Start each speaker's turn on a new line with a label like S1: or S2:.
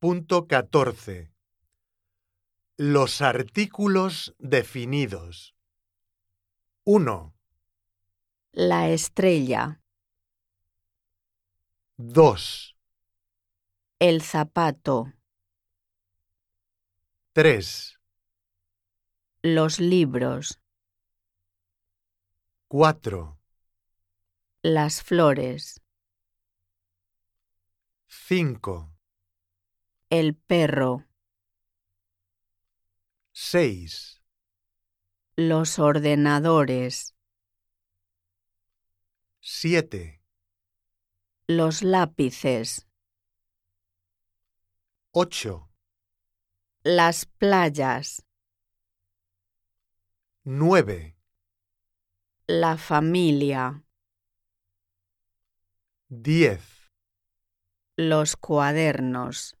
S1: 3.14 Los artículos definidos 1,
S2: la estrella,
S1: 2,
S2: el zapato,
S1: 3,
S2: los libros,
S1: 4,
S2: las flores,
S1: 5,
S2: el perro,
S1: 6,
S2: los ordenadores,
S1: 7,
S2: los lápices,
S1: 8,
S2: las playas,
S1: 9,
S2: la familia,
S1: 10.
S2: los cuadernos.